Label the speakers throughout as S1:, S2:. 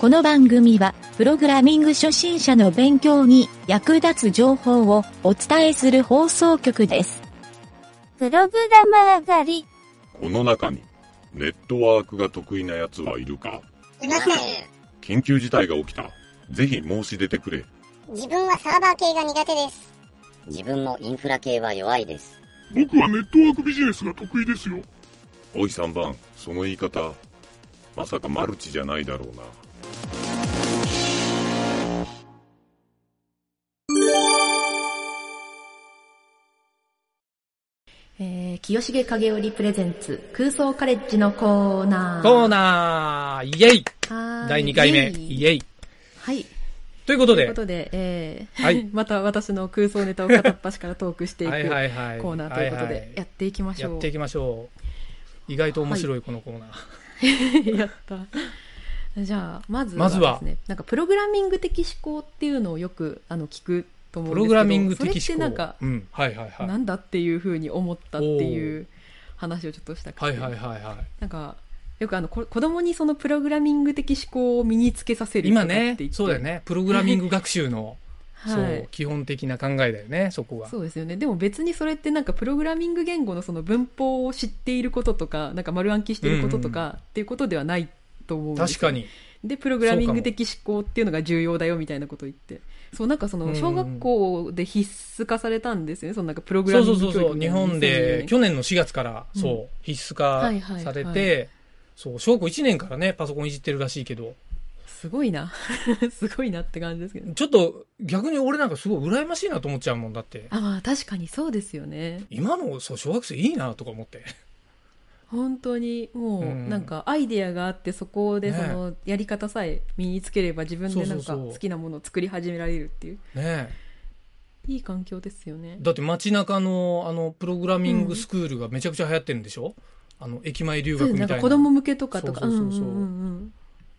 S1: この番組は、プログラミング初心者の勉強に役立つ情報をお伝えする放送局です。
S2: プログラマー上がり。
S3: この中に、ネットワークが得意なやつはいるか
S4: いません。
S3: 緊急事態が起きた。ぜひ申し出てくれ。
S4: 自分はサーバー系が苦手です。
S5: 自分もインフラ系は弱いです。
S6: 僕はネットワークビジネスが得意ですよ。
S3: おい3番、その言い方。まさかマルチじゃないだろうな。
S7: えー、清重影織プレゼンツ空想カレッジのコーナー。
S8: コーナー、イェイ
S7: はーい
S8: 第2回目、
S7: イエイ
S8: イェイ
S7: はい。
S8: ということ
S7: という
S8: で
S7: こ、とで、えー
S8: はい
S7: また私の空想ネタを片っ端からトークしていくコ
S8: はいはいはい
S7: ーナーということ
S8: はいはい
S7: で、やっていきまし
S8: や
S7: ょ
S8: っ
S7: う
S8: て。いきましょう。意外と面白いこのコーナー。
S7: やった。じゃあ、まずは
S8: ま
S7: です
S8: ず
S7: ね、
S8: は
S7: なんかプログラミング的思考っていうのをよくあの聞くと思
S8: プ
S7: うんで
S8: ロ
S7: すけど、
S8: グラミング的思考。
S7: それってなんか、
S8: うん。はいはいはい。
S7: なんだっていうふうに思ったっていう話をちょっとしたくて、
S8: はいはいはいはい。
S7: なんか、よくあのこ子供にそのプログラミング的思考を身につけさせるとか
S8: 今
S7: って言っ
S8: ね
S7: て、
S8: そうだよね。プログラミング学習の、
S7: はい、
S8: そう、基本的な考えだよね、そこは。
S7: そうですよねでも別にそれってなんかプログラミング言語のその文法を知っていることとかなんか丸暗記していることと
S8: うん
S7: かっていうことではないと思うんですよ
S8: 確かに。
S7: でプログラミング的思考っていうのが重要だよみたいなことを言ってそうなんかそ
S8: うんう
S7: の
S8: ん
S7: 小学校で必須化されたんですよねそのなんかプログ
S8: そ
S7: ラ
S8: う
S7: ミン
S8: そう
S7: グ
S8: そう
S7: 教育
S8: そう。
S7: み
S8: 日
S7: たいなの
S8: 本で、
S7: 2014
S8: 去年の4月から、
S7: うん
S8: そう、必須化
S7: はいはい
S8: されて、
S7: は
S8: そう、小学校1年からね、パソコンいじってるらしいけど、
S7: すごいな すごいなって感じですけど
S8: ちょっと逆に俺なんかすごい羨ましいなと思っちゃうもんだって。
S7: あまあ確かにそうですよね
S8: 今のそう小学生いいなとか思って。
S7: 本当にもう
S8: うん
S7: なんかアイディアがあってそこで
S8: ね
S7: そのやり方さえ身につければ自分でなん
S8: そ
S7: か
S8: うそうそう
S7: 好きなものを作り始められるっていう
S8: ねえ
S7: いい環境ですよね
S8: だって街中のあのプログラミングスクールがめちゃくちゃ流行ってるんでしょ、あの駅前留
S7: そう
S8: 学
S7: で
S8: み
S7: す
S8: たな
S7: ないんか子供向けとかとか
S8: そうそうそうそう
S7: うんうんうんうん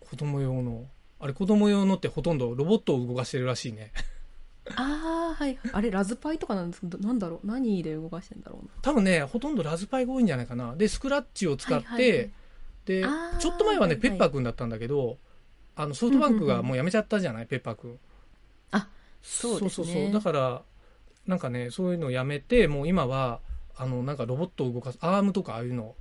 S8: 子供用のあれ子供用のってほとんどロボットを動かしてるらしいね
S7: ああはいあれラズパイとかなんですけどなんだろう何で動かしてんだろうな
S8: 多分ねほとんどラズパイが多いんじゃないかなでスクラッチを使って、
S7: はいはいはい
S8: で
S7: あー
S8: ちょっと前はね
S7: はい
S8: ペッパーくんだったんだけどあのソフトバンク
S7: うんうん
S8: が
S7: うん
S8: もうやめちゃったじゃない、ペッパーくん
S7: あそうです
S8: そう
S7: ね
S8: そうそうだからなんかねそういうのをやめてもう今はあのなんかロボットを動かすアームとかああいうの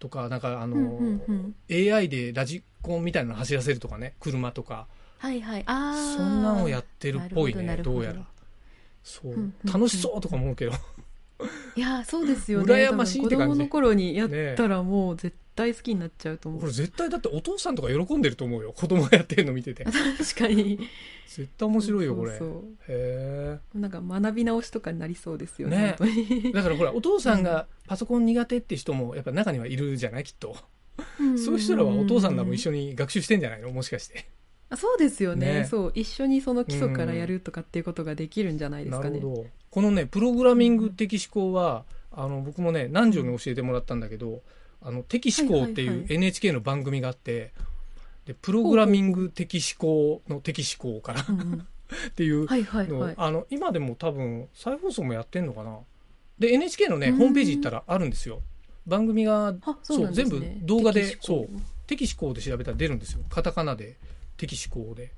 S8: とかなんかあの、
S7: うんうんうん
S8: AI でラジコンみたいなの走らせるとかね車とか
S7: はいはいああ
S8: そんなのやってるっぽい
S7: な
S8: ね
S7: る
S8: ど
S7: ほど
S8: う
S7: な
S8: や
S7: るほど
S8: らそう、
S7: うんうんうん
S8: 楽しそうとか思うけど
S7: いやーそうですよね
S8: 羨ましいって感じ
S7: 多分子供の頃にやったらもう絶対好きになっちゃうと思
S8: こ
S7: う、
S8: れ絶対だってお父さんとか喜んでると思うよ子供やってるの見てて
S7: 確かに
S8: 絶対面白いよこれ
S7: そうそう
S8: へ
S7: なんか学び直しとかになりそうですよね。
S8: ね
S7: 本当
S8: え
S7: に
S8: だからほらお父さんがパソコン苦手って人もやっぱ中にはいるじゃないきっと そういう人らはお父さんらも一
S7: 緒
S8: 緒に学習してんじゃないのもしかして
S7: そうですよね
S8: ね
S7: そう。一緒にその基礎からやるとかっていうことができるんじゃないです
S8: な
S7: か
S8: る
S7: ね。
S8: ほどこのねプログラミング的思考は、あの僕もね南條に教えてもらったんだけどあの敵思考って
S7: はい
S8: い
S7: は
S8: う
S7: いは
S8: NHK の番組があって、でプログラミング的思考の敵思考から
S7: うんうん
S8: っていう
S7: はいはい
S8: のを
S7: はい。
S8: あの今でも多分再放送もやってんのかなで NHK のね
S7: うん
S8: ホームページ行ったらあるんですよ番組が
S7: あ、そうなんです
S8: そ
S7: ね。
S8: う全部動画で
S7: テキスコ
S8: そ敵思考で調べたら出るんですよカタカナで敵思考で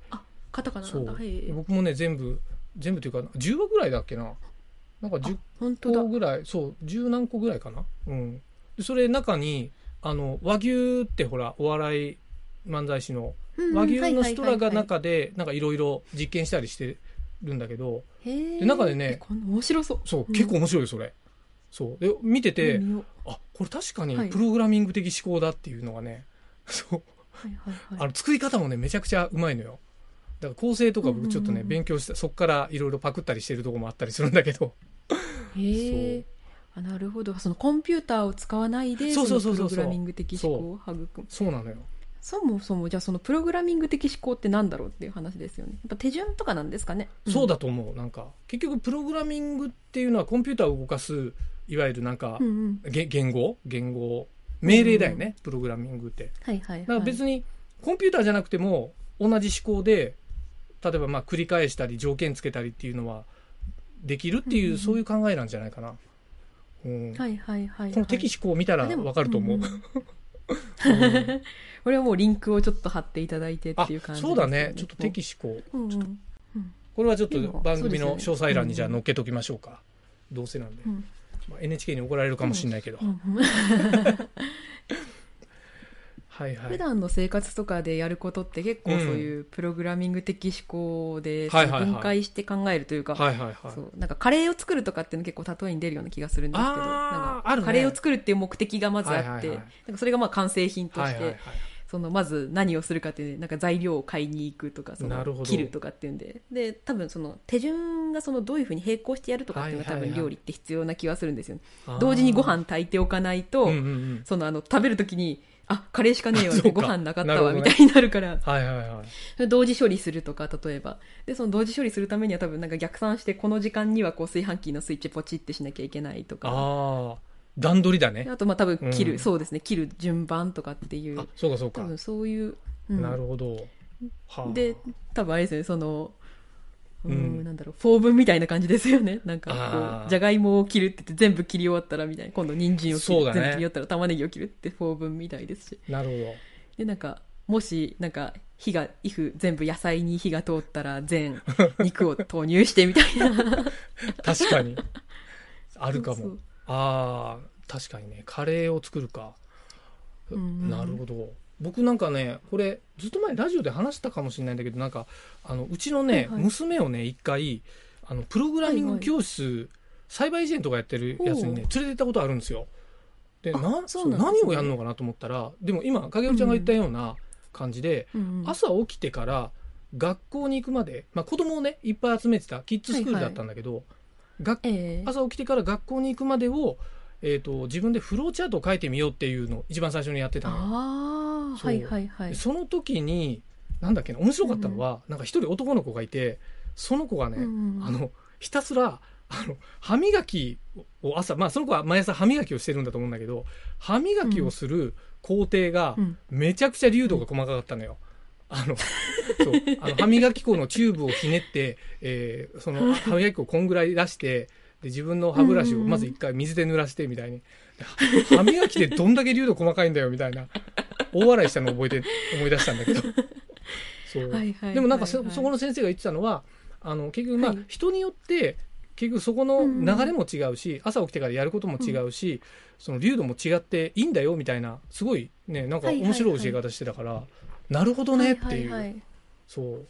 S7: カタカナな
S8: そ
S7: んだ。
S8: う
S7: はい。
S8: 僕もね全部全部というか10話ぐらいだっけななんか10
S7: 本当だ
S8: 個。ぐらいそう十何個ぐらいかなうんでそれ中にあの和牛ってほらお笑い漫才師の
S7: うん
S8: 和牛の人らが
S7: はいはいはいは
S8: 中でなんかいろいろ実験したりしてるんだけど
S7: いへー
S8: で中でね
S7: えこんな面白そう。
S8: そう結構面白いよそれそうで見てて
S7: 見よう
S8: あこれ確か
S7: は
S8: に
S7: い
S8: プログラミング的思考だっていうのがね そう
S7: はいはいは
S8: あ
S7: い。
S8: の作り方もねめちゃくちゃうまいのよだから構成とか
S7: うんうんう
S8: 僕
S7: ん
S8: ちょっとね勉強したそっからいろいろパクったりしてるとこもあったりするんだけど
S7: へえ。あなるほど。そのコンピューターを使わないで、
S8: そうそうそう
S7: の
S8: そう
S7: プログラミング的思考を育む。
S8: そうなのよ
S7: そもそもじゃあそのプログラミング的思考ってなんだろうっていう話ですよね。やっぱ手順とかなんですかね。
S8: そう
S7: だ。
S8: だと思うなんか結局プログラミングっていうのはコンピューターを動かすいわゆるなんか、
S7: うんうん。
S8: げ言語言語命令だよね、プログラミングって
S7: はいはい、はい。
S8: だから別にコンピューターじゃなくても同じ思考で例えばまあ繰り返したり条件つけたりっていうのはできるっていう、
S7: うん
S8: そういう考えなんじゃないかな、うん
S7: はいはいはいはい。
S8: この敵思考を見たら
S7: あでも
S8: わかると思う、
S7: んんこれはもうリンクをちょっと貼っていただいてっていう感
S8: あ
S7: じ
S8: そうだねちょっとテキ
S7: ス
S8: ストこう
S7: ト、うんうん
S8: これはちょっと
S7: でも
S8: 番組
S7: そう
S8: の
S7: で
S8: 詳
S7: すよね
S8: 細欄にじゃあ
S7: うん
S8: 載っけときましょうか、どうせなんで、
S7: うん
S8: まあ、NHK に怒られるかもしれないけど、
S7: うん
S8: はいはい
S7: 普段の生活とかでやることって結構そういうプログラミング的思考で
S8: はいはいはい
S7: 分解して考えるというか、
S8: はいはいはい
S7: そうなんかカレーを作るとかっていうの結構例えに出るような気がするんですけ
S8: あ
S7: ど
S8: ー
S7: なん
S8: ある
S7: か
S8: ね
S7: カレーを作るっていう目的がまずあって、
S8: はいはいはい
S7: なんかそれがまあ完成品と
S8: は
S7: し
S8: い
S7: て、
S8: はいはい
S7: そのまず何をするかっていうなんか材料を買いに行くとかそ
S8: な
S7: の
S8: るほど
S7: 切るとかっていうんでで多分その手順がそのどういうふうに並行してやるとかっていうのが
S8: は
S7: 多
S8: いはいはい
S7: 分料理って必要な気はするんですよね、
S8: あー
S7: 同時にご飯炊いておかないと、
S8: うんうんうん
S7: そのあの食べる時にあカレーしかねえ
S8: あ
S7: わっ
S8: そ
S7: て
S8: うか
S7: ご飯なかった
S8: なる
S7: わ
S8: ほどね
S7: みたいになるから
S8: はいはいはい
S7: 同時処理するとか例えばでその同時処理するためには多分なんか逆算してこの時間にはこう炊飯器のスイッチポチってしなきゃいけないとか
S8: ああ段取りだ
S7: で
S8: ね
S7: あとまあ多分切る、
S8: うん
S7: そうですね切る順番とかっていう
S8: あそうかそう
S7: 多
S8: か、
S7: 分そういう、うん
S8: なるほどはあ
S7: で多分あれですねそのうん、
S8: うん
S7: なんだろう4分みたいな感じですよねなんか
S8: あ
S7: こ
S8: ー
S7: うじゃがいもを切るって言って全部切り終わったらみたいな今度人参を切
S8: そう
S7: る、
S8: だね
S7: 全部切り終わったら玉ねぎを切るって4分みたいですし
S8: なるほど
S7: でなんかもしなんか火が if 全部野菜に火が通ったら全肉を投入してみた いな
S8: 確か にあるかも
S7: そうそう
S8: ああ確かにねカレーを作るか、
S7: うんうん
S8: なるほど僕なんかねこれずっと前ラジオで話したかもしれないんだけどなんかあのうちのね、
S7: はいはい
S8: 娘をね一回あのプログラミング教室、栽培支援とかやってるやつにね連れ
S7: ほ
S8: て行ったことあるんですよでな
S7: そ
S8: そう
S7: うなんですね
S8: 何をやるのかなと思ったらでも今影尾ちゃんが言ったような感じで、
S7: うんうん
S8: 朝起きてから学校に行くまで、まあ、子供をねいっぱい集めてたキッズスクールだったんだけど、学
S7: ええ
S8: 朝起きてから学校に行くまでを、えー、と自分でフローチャートを書いてみようっていうのを一番最初にやってたのよ
S7: ああ
S8: そう
S7: はいはいはい
S8: でその時になんだっけな面白かったのは、なんか一人男の子がいてその子がね、
S7: うんうん
S8: あのひたすらあの歯磨きを朝、まあ、その子は毎朝歯磨きをしてるんだと思うんだけど歯磨きをする工程が
S7: うん
S8: めちゃくちゃ粒度が細かかったのよ。あのそうあの歯磨き粉のチューブをひねって、えーそ の歯磨き粉をこんぐらい出してで自分の歯ブラシをまず一回水で濡らしてみたいにで歯磨きでどんだけ粒度細かいんだよみたいな大笑いしたのを覚えて思い出したんだけどそう、
S7: はいはい
S8: でもなんかそ,、
S7: はいはい
S8: そこの先生が言ってたのはあの結局まあ
S7: はい
S8: 人によって結局そこの流れも違うし、朝起きてからやることも違うし、その流度も違っていいんだよみたいなすごいねなんか面白い教え方してたから、なるほどねっていう、
S7: はいはいはい
S8: そう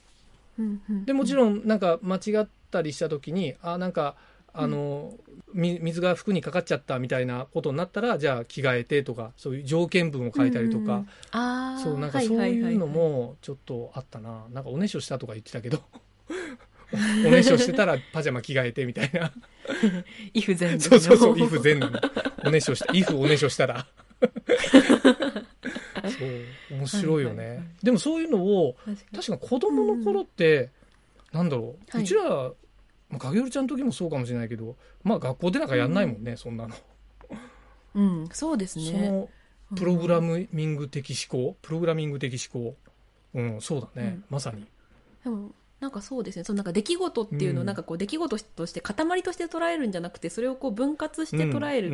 S7: うんうん
S8: でもちろんなんか間違ったりした時にあなんかあの、み水が服にかかっちゃったみたいなことになったらじゃあ着替えてとかそういう条件文を書いたりとか、
S7: うんうんああ
S8: そうなんかそういうのもちょっとあったな、なんかおねしょしたとか言ってたけど おねしょしてたらパジャマ着替えてみたい な
S7: 「if 全部」
S8: そうそうそう「イフ全なのおねしょした「イフおねしょした ら」そう面白いよね、
S7: はいはいはい
S8: でもそういうのを
S7: 確かに
S8: 確か子供の頃って、なんだろう、
S7: はいう
S8: ちら、まあ、影るちゃんの時もそうかもしれないけどまあ学校でなんかやんないもんね、そんなの、
S7: うんそうです
S8: そ
S7: ね
S8: のプログラミング的思考プログラミング的思考うんそうだね、
S7: うん
S8: まさに
S7: でもなんかそうですねそのなんか出来事っていう
S8: う
S7: のを
S8: ん
S7: なんかこう出来事として塊として捉えるんじゃなくてそれをこう分割して捉える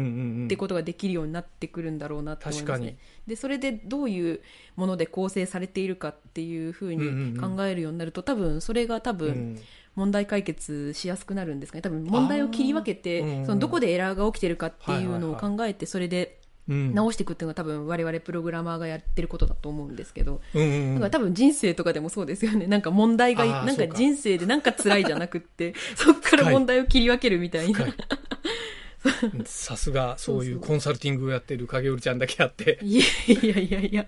S7: ってことができるようになってくるんだろうなと思います
S8: 確か
S7: ね。
S8: に
S7: でそれでどういうもので構成されているかっていうふう
S8: うん
S7: に
S8: うんうん
S7: 考えるようになると、多分それが
S8: と
S7: 多分問題解決しやすくなるんですかね多分問題を切り分けて、
S8: あーうんうん
S7: そのどこでエラーが起きてるかっていうのを
S8: はいはい
S7: 考えてそれで
S8: うん
S7: 直していくっていうのが多分我々プログラマーがやってることだと思うんですけど。
S8: うんうんうん
S7: だから多分人生とかでもそうですよね。なんか問題が、
S8: あー
S7: なん
S8: そ
S7: か
S8: うか
S7: 人生でなんか辛いじゃなくって、 そっから問題を切り分けるみたいな。
S8: 深いさすがそういうコンサルティングをやってる影織ちゃんだけあって
S7: いやいやいやいや。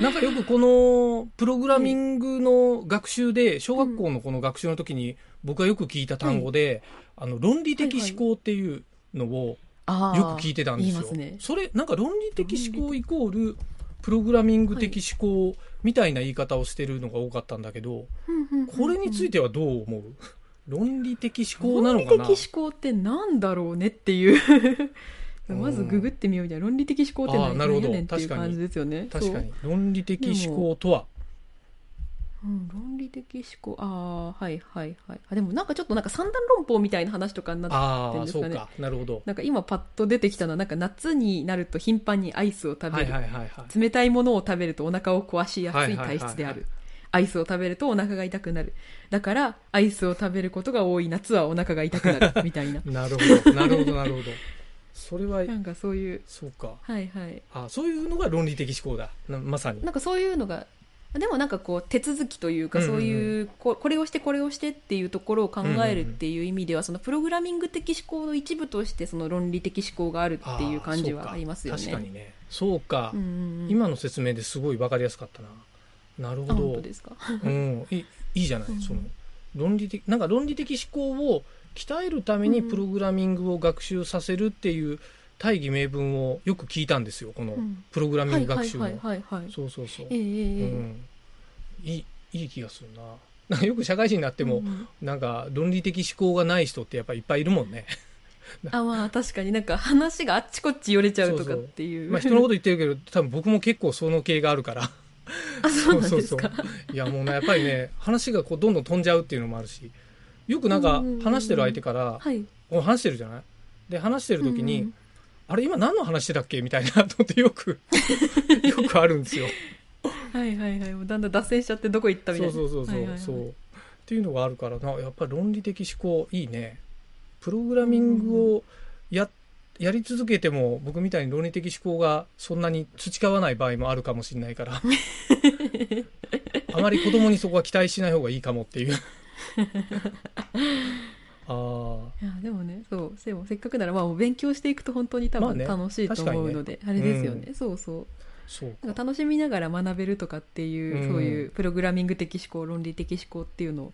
S8: なんかよくこのプログラミングの学習で小学校のこの学習の時に僕がよく聞いた単語で、あの論理的思考っていうのを
S7: あー
S8: よく聞いてたんですよ
S7: 言いますね。
S8: それなんか論理的思考イコールプログラミング的思考みたいな言い方をしてるのが多かったんだけど、これについてはどう思う論理的思考な
S7: 論
S8: の
S7: 理
S8: か
S7: 的
S8: な
S7: 思考ってなんだろうねっていう まずググってみようじゃ論理的思考って
S8: あー
S7: 何
S8: なるほど
S7: 何やねんってい
S8: 確
S7: う
S8: かに
S7: 感じですよね
S8: 確か
S7: そう
S8: に論理的思考とは
S7: うん、論理的思考ああはいはいはいあでもなんかちょっとなんか三段論法みたいな話とかになって
S8: あ
S7: るん
S8: あ、
S7: です
S8: そ
S7: か
S8: う
S7: ね
S8: か。なるほど。
S7: なんか今パッと出てきたのはなんか夏になると頻繁にアイスを食べる、
S8: はいはいはいはい。
S7: 冷たいものを食べるとお腹を壊しや
S8: は
S7: す
S8: い
S7: い
S8: はいはいはい
S7: 体質であるアイスを食べるとお腹が痛くなるだからアイスを食べることが多い夏はお腹が痛くな るみたいな
S8: なるほど、なるほど、なるほど。それは、
S7: なんかそういう
S8: そうか。
S7: はいはい
S8: あそういうのが論理的思考だ。なまさに。
S7: なんかそういうのがでもなんかこう手続きというか
S8: うんうんう
S7: そ
S8: ん
S7: ういうここれをしてこれをしてっていうところを考えるっていう意味ではそのプログラミング的思考の一部としてその論理的思考がある
S8: あー
S7: っていう感じ
S8: そう
S7: は
S8: か
S7: ありますよね。
S8: 確かにね。そうか。
S7: うんうんうん
S8: 今の説明ですごい分かりやすかったな。なるほ
S7: あ本
S8: ど
S7: 当。ですか。
S8: うん、いいいいじゃない、
S7: うん
S8: その論理的なんか論理的思考を鍛えるために
S7: うん
S8: プログラミングを学習させるっていう大義名分をよく聞いたんですよこの
S7: うん
S8: プログラミ
S7: は
S8: ン
S7: い
S8: グ
S7: は
S8: 学
S7: い
S8: 習の、
S7: はいはいはい。
S8: そうそうそう、
S7: えええ
S8: う
S7: え
S8: ん、いいいい気がするな なんかよく社会人になっても、
S7: うんうん
S8: なんか論理的思考がない人ってやっぱいっぱいいるもん ね
S7: あまあ確かになんか話があっちこっちよれちゃうと
S8: そう
S7: かっ
S8: そう
S7: ていう。
S8: まあ人のこと言ってるけど多分僕も結構その系があるから
S7: あそうなんです
S8: そう
S7: か。
S8: いやもうねやっぱりね話がこうどんどん飛んじゃうっていうのもあるしよくなんか
S7: うんうんうん
S8: 話してる相手から、
S7: はい。
S8: お話してるじゃないで話してる時に、
S7: うんうん
S8: あれ今何の話してたっけみたいなのってよ くよくあるんですよ。
S7: はいはいはい。もうだんだん脱線しちゃってどこ行ったみた
S8: そ
S7: いうな。
S8: そうそうそう,、
S7: はいはいはい
S8: そうっていうのがあるからなやっぱり論理的思考いいね。プログラミングをや,、やり続けても僕みたいに論理的思考がそんなに培わない場合もあるかもしれないから あまり子供にそこは期待しない方がいいかもって いう。ああ
S7: いやでもねそうでもせっかくならまあお勉強していくと本当に多
S8: まあ
S7: 分
S8: ね
S7: 楽しいと思うので、あれですよね、
S8: う
S7: そうそう
S8: そう
S7: なんか楽しみながら学べるとかっていう、
S8: うん
S7: そういうプログラミング的思考論理的思考っていうのを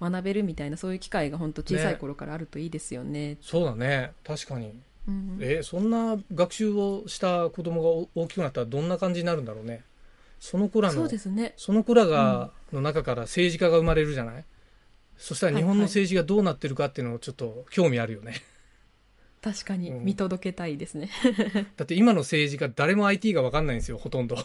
S7: 学べるみたいなそういう機会が本当小さい頃からあるといいですよね
S8: そうだね確かに
S7: うんうん、
S8: えそんな学習をした子供がお大きくなったらどんな感じになるんだろうねその子らの
S7: そう
S8: そ
S7: ですね
S8: の子らが、の中から政治家が生まれるじゃないそしたら日本の政治がどうなってるかっていうのをちょっと興味ある よね、
S7: 確かに
S8: うん
S7: 見届けたいですね、
S8: だって今の政治家誰も IT が分かんないんですよほとんど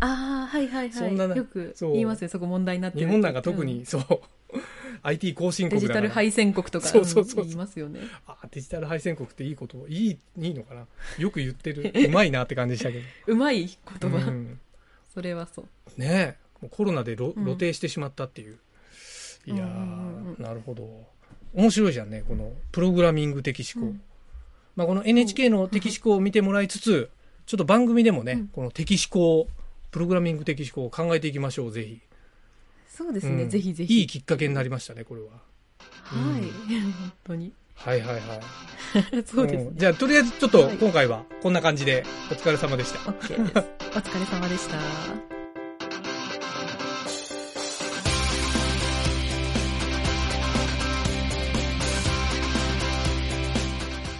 S7: ああはいはい
S8: そ
S7: は
S8: んないな
S7: よく
S8: そう
S7: 言いますねそこ問題になって
S8: 日
S7: る
S8: 本なんか特に、
S7: うん
S8: そう IT 後進
S7: デ
S8: 国
S7: ジ
S8: だか
S7: タ
S8: ら
S7: ル敗戦国とか
S8: そうそうそうそう
S7: うん言いますよね
S8: あデジタル敗戦国っていいこといいいいのかなよく言ってるうまいなって感じでしたけど、
S7: うまい言 葉、
S8: うん
S7: それはそう
S8: ねえもうコロナでろ
S7: うん
S8: 露呈してしまったっていう、いやー、
S7: うんうんうんうん
S8: なるほど面白いじゃんねこのプログラミング的思考、
S7: うん
S8: まあ、この NHK の的思考を見てもらいつつちょっと番組でもね、
S7: うん
S8: この的思考をプログラミング的思考を考えていきましょうぜひ
S7: そうですね、
S8: うん
S7: ぜひぜひ
S8: いいきっかけになりましたねこれは
S7: はい、 本当に
S8: はいはいはい
S7: そうですね、
S8: んじゃあとりあえずちょっと
S7: はい
S8: 今回はこんな感じでお疲れ様でした、
S7: OK です。お疲れ様でした。